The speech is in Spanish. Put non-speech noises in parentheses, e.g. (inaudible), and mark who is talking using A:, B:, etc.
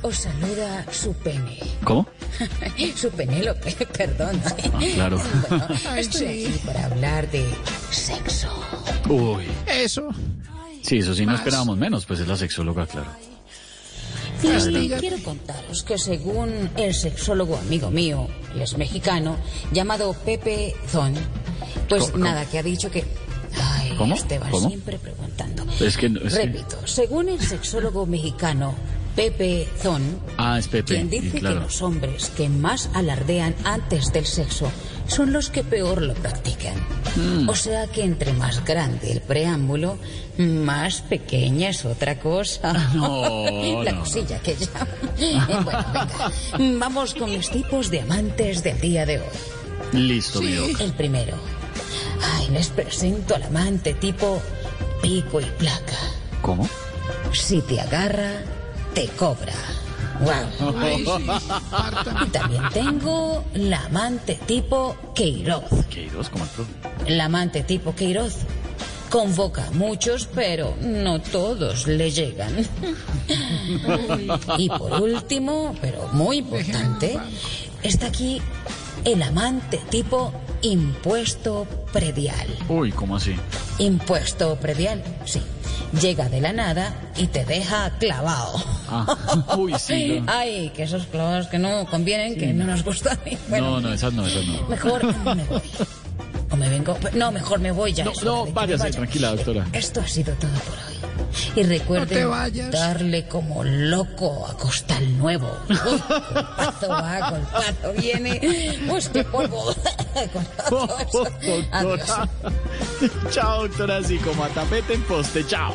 A: Os saluda su pene. (laughs)
B: ¿Cómo?
A: Su Penélope, (laughs) perdón.
B: Ah, claro.
A: Bueno,
C: Ay,
A: (laughs) estoy
C: sí.
A: aquí para hablar de sexo.
B: Uy,
C: Eso.
B: sí, eso sí no esperábamos menos, pues es la sexóloga, claro.
A: Y Este, quiero contaros que según el sexólogo amigo mío, él es mexicano, llamado Pepe Zon, pues nada, que ha dicho que... Ay,
B: ¿Cómo?
A: Esteban,
B: ¿Cómo?
A: siempre preguntando.
B: Es que no- es que-
A: Repito, según el sexólogo mexicano Pepe Zon,
B: Ah, es Pepe,
A: Quien
B: y
A: dice que
B: claro.
A: los hombres que más alardean antes del sexo son los que peor lo practican.
B: Mm.
A: O sea que entre más grande el preámbulo, más pequeña es otra cosa.
B: (laughs) No,
A: (laughs) La
B: no,
A: cosilla que ya. (laughs) Bueno, venga. Vamos con los tipos de amantes del día de hoy.
B: Listo, mi doc.
A: El primero. Ay, les presento al amante tipo pico y placa.
B: ¿Cómo?
A: Si te agarra, te cobra. Wow.
C: Ay, sí. Parta.
A: Y también tengo la amante tipo Queiroz.
B: Queiroz, ¿cómo actúa?
A: La amante tipo Queiroz convoca a muchos, pero no todos le llegan. Y por último, pero muy importante, está aquí el amante tipo impuesto predial.
B: Uy, ¿cómo así?
A: Impuesto predial, sí. Llega de la nada y te deja clavado.
B: Ah,
A: (laughs)
B: uy, sí. No,
A: Ay, que esos clavos que no convienen, que no nos gustan.
B: no, no, esas no, esas no.
A: Mejor me voy. O me vengo. pues, No, mejor me voy ya.
B: No,
A: es hora
B: no,
A: de que me
B: váyase,
A: vaya.
B: tranquila, doctora.
A: Esto ha sido todo por hoy. Y
C: No te
A: recuerden
C: vayas.
A: darle como loco a Costal Nuevo. Uy, golpazo va, golpazo viene. Uy,
B: (laughs)
A: qué polvo. Golpazo. Adiós.
B: doctora. (laughs) Chao, doctora, así como a tapete en poste, chao.